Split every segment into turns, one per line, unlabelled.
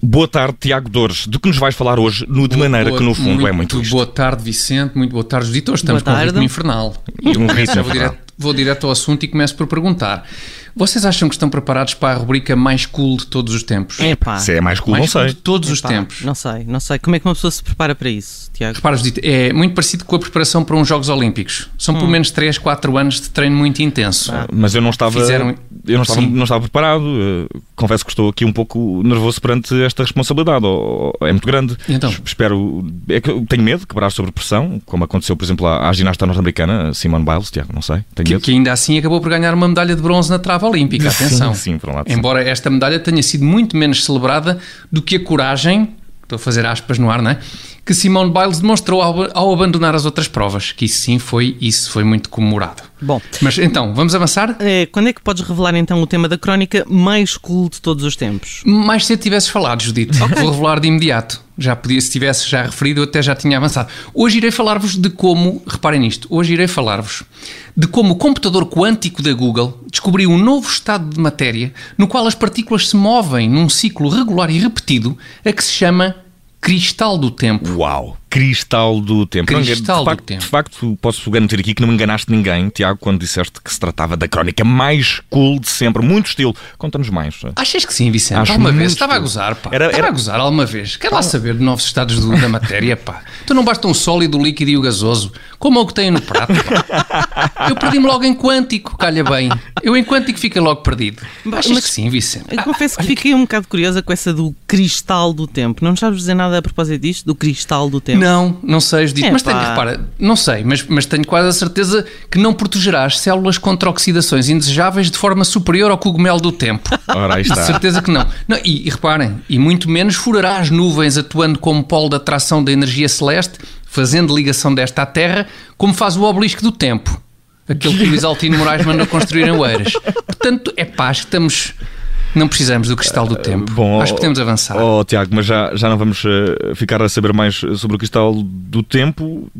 Boa tarde, Tiago Dores. De que nos vais falar hoje, no de
Boa-
maneira
boa-
que no fundo é muito isto?
Boa tarde, Vicente. Muito boa tarde, Judito. Hoje estamos
Boa
com um
tarde.
ritmo infernal.
E um ritmo
Já vou,
infernal.
direto, vou direto ao assunto e começo por perguntar. Vocês acham que estão preparados para a rubrica mais cool de todos os tempos?
Epá.
Se é mais cool,
mais
não
cool
sei.
de todos os
Epá,
tempos.
Não sei, não sei. Como é que uma pessoa se prepara para isso, Tiago?
Repara, Judito, é muito parecido com a preparação para uns Jogos Olímpicos. São
Hum.
pelo menos 3, 4 anos de treino muito intenso.
Mas eu não estava,
Fizeram-
eu não estava,
Sim.
não estava preparado. Eh, Confesso que estou aqui um pouco nervoso perante esta responsabilidade. Oh, oh, É muito grande.
E então?
Es- Espero. É que eu tenho medo de quebrar sobre pressão, como aconteceu, por exemplo, à, à ginasta norte-americana, Simone Biles, Tiago, não sei. Tenho
Que,
medo.
que ainda assim acabou por ganhar uma medalha de bronze na trava olímpica. Atenção. É
Sim, sim, por um lado. sim.
Embora esta medalha tenha sido muito menos celebrada do que a coragem, estou a fazer aspas no ar, não é? Que Simone Biles demonstrou ao, ao abandonar as outras provas, que isso sim foi, isso foi muito comemorado.
Bom,
Mas então, vamos avançar?
eh, quando é que podes revelar então o tema da crónica mais cool de todos os tempos?
Mais cedo tivesses falado, Judito. Vou revelar de imediato. Já podia, se tivesse já referido, eu até já tinha avançado. Hoje irei falar-vos de como, reparem nisto, hoje irei falar-vos de como o computador quântico da Google descobriu um novo estado de matéria no qual as partículas se movem num ciclo regular e repetido a que se chama cristal do tempo.
Uau! Cristal do tempo.
Cristal
de
do
facto,
tempo.
De facto, posso garantir aqui que não enganaste ninguém, Tiago, quando disseste que se tratava da crónica mais cool de sempre. Muito estilo. Conta-nos mais.
Achas que sim, Vicente?
Acho
alguma
muito
vez? Estava a
estúpido.
gozar, pá.
Era-
Estava
era-
a gozar alguma vez. Quer lá saber de novos estados do- da matéria, pá. Tu não basta um sólido, o líquido e o gasoso. Como é o que tem no prato, pá. Eu perdi-me logo em quântico, calha bem. Eu em quântico fica logo perdido.
Mas-
Achas que sim, Vicente?
Então-
Eu confesso
ah,
que fiquei um bocado curiosa com essa do cristal do tempo. Não nos sabes dizer nada a propósito disto? Do cristal do tempo?
Não, não sei, Judito, mas tenho,
Epá.
repara, não sei, mas, mas tenho quase a certeza que não protegerá as células contra oxidações indesejáveis de forma superior ao cogumelo do tempo.
Ora, aí
Ah, De
está.
certeza que não. Não, e, e reparem, e muito menos furará as nuvens atuando como polo de atração da energia celeste, fazendo ligação desta à Terra, como faz o obelisco do tempo. Aquele que Luís Altino Moraes mandou construir em Oeiras. Portanto, é pá, acho que estamos... Não precisamos do cristal do tempo.
Bom,
acho
oh,
que podemos avançar.
Oh, Tiago, mas já, já não vamos eh, ficar a saber mais eh, sobre o cristal do tempo.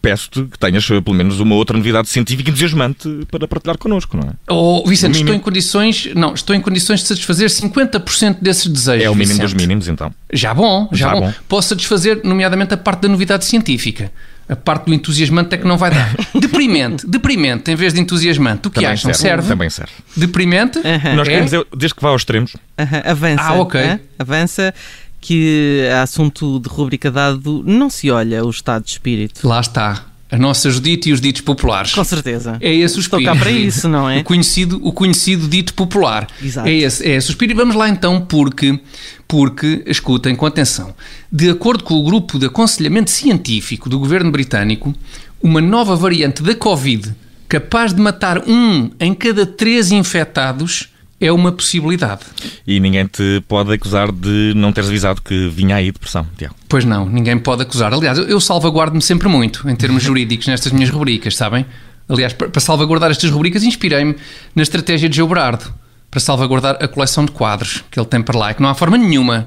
Peço-te que tenhas eh, pelo menos uma outra novidade científica entusiasmante para partilhar connosco, não é?
Oh, Vicente,
mínimo.
estou em condições... Não, estou em condições de satisfazer 50% desses desejos,
É o mínimo dos
Vicente.
mínimos, então.
Já bom, já,
Já
bom.
bom.
Posso satisfazer, nomeadamente, a parte da novidade científica. A parte do entusiasmante é que não vai dar. Deprimente, deprimente, em vez de entusiasmante. O que
Também
acham?
serve.
Serve?
Também serve.
Deprimente?
Aham.
Nós
É?
queremos, eh, desde que vá aos extremos,
Aham, avança.
Ah, ok.
hã? Avança que a assunto de rubrica dado não se olha o estado de espírito.
Lá está. A nossa Judite e os ditos populares.
Com certeza.
É esse o
Estou
espírito.
cá para
Judite.
isso, não é?
O conhecido, o conhecido dito popular.
Exato.
É esse, é esse o espírito. Vamos lá então, porque, porque, escutem com atenção, de acordo com o grupo de aconselhamento científico do governo britânico, uma nova variante da Covid, capaz de matar um em cada três infectados, é uma possibilidade.
e ninguém te pode acusar de não teres avisado que vinha aí depressão, Tiago.
Pois não, ninguém pode acusar. Aliás, eu- eu salvaguardo-me sempre muito em termos jurídicos nestas minhas rubricas, sabem? Aliás, pa- para salvaguardar estas rubricas, inspirei-me na estratégia de Gil Berardo para salvaguardar a coleção de quadros que ele tem para lá e que não há forma nenhuma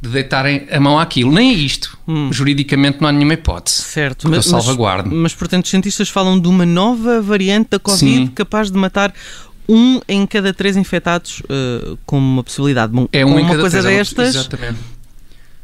de deitarem a mão àquilo, nem a isto. Juridicamente não há nenhuma hipótese.
Hum. Certo,
Porque
mas,
eu salvaguardo.
mas, mas, portanto os cientistas falam de uma nova variante da Covid
Sim.
capaz de matar um em cada três infectados eh, como uma possibilidade. Bom,
É
com
um em
uma
cada
coisa
três, é um-
destas
Exatamente.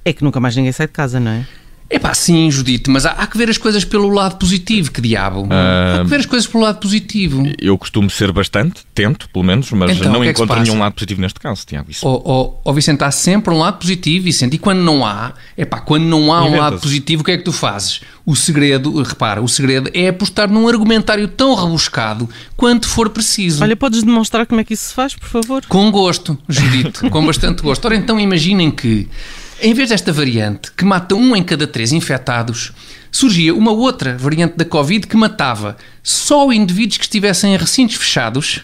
é que nunca mais ninguém sai de casa, não é?
Epá, sim, Judito, mas há, há que ver as coisas pelo lado positivo, que diabo. Há que ver as coisas pelo lado positivo.
Eu costumo ser bastante, tento, pelo menos, mas
Então, o
não
que é que se
encontro
passa?
nenhum lado positivo neste caso, Tiago. Isso.
Ó oh, Vicente, há sempre um lado positivo, Vicente. E quando não há, é pá, quando não há um
Inventa-se.
lado positivo, o que é que tu fazes? O segredo, repara, o segredo é apostar num argumentário tão rebuscado quanto for preciso.
Olha, podes demonstrar como é que isso se faz, por favor?
Com gosto, Judito, com bastante gosto. Ora, então imaginem que, em vez desta variante que mata um em cada três infectados, surgia uma outra variante da Covid que matava só indivíduos que estivessem em recintos fechados,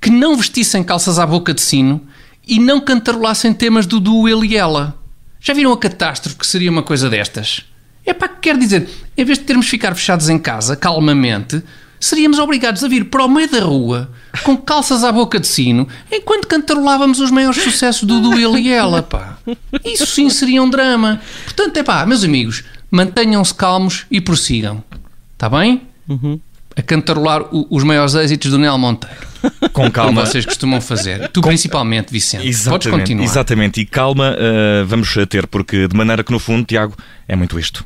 que não vestissem calças à boca de sino e não cantarolassem temas do do ele e ela. Já viram a catástrofe que seria uma coisa destas? É pá, quer dizer, em vez de termos de ficar fechados em casa, calmamente, seríamos obrigados a vir para o meio da rua, com calças à boca de sino, enquanto cantarolávamos os maiores sucessos do Duelo e Ela, pá. Isso sim seria um drama. Portanto, é pá, meus amigos, mantenham-se calmos e prossigam. Está bem? A cantarolar o- os maiores êxitos do Nel Monteiro.
Com calma.
Como vocês costumam fazer. Tu principalmente, Vicente.
Exatamente,
Podes continuar.
exatamente. E calma, eh, vamos a ter, porque de maneira que no fundo, Tiago, é muito isto.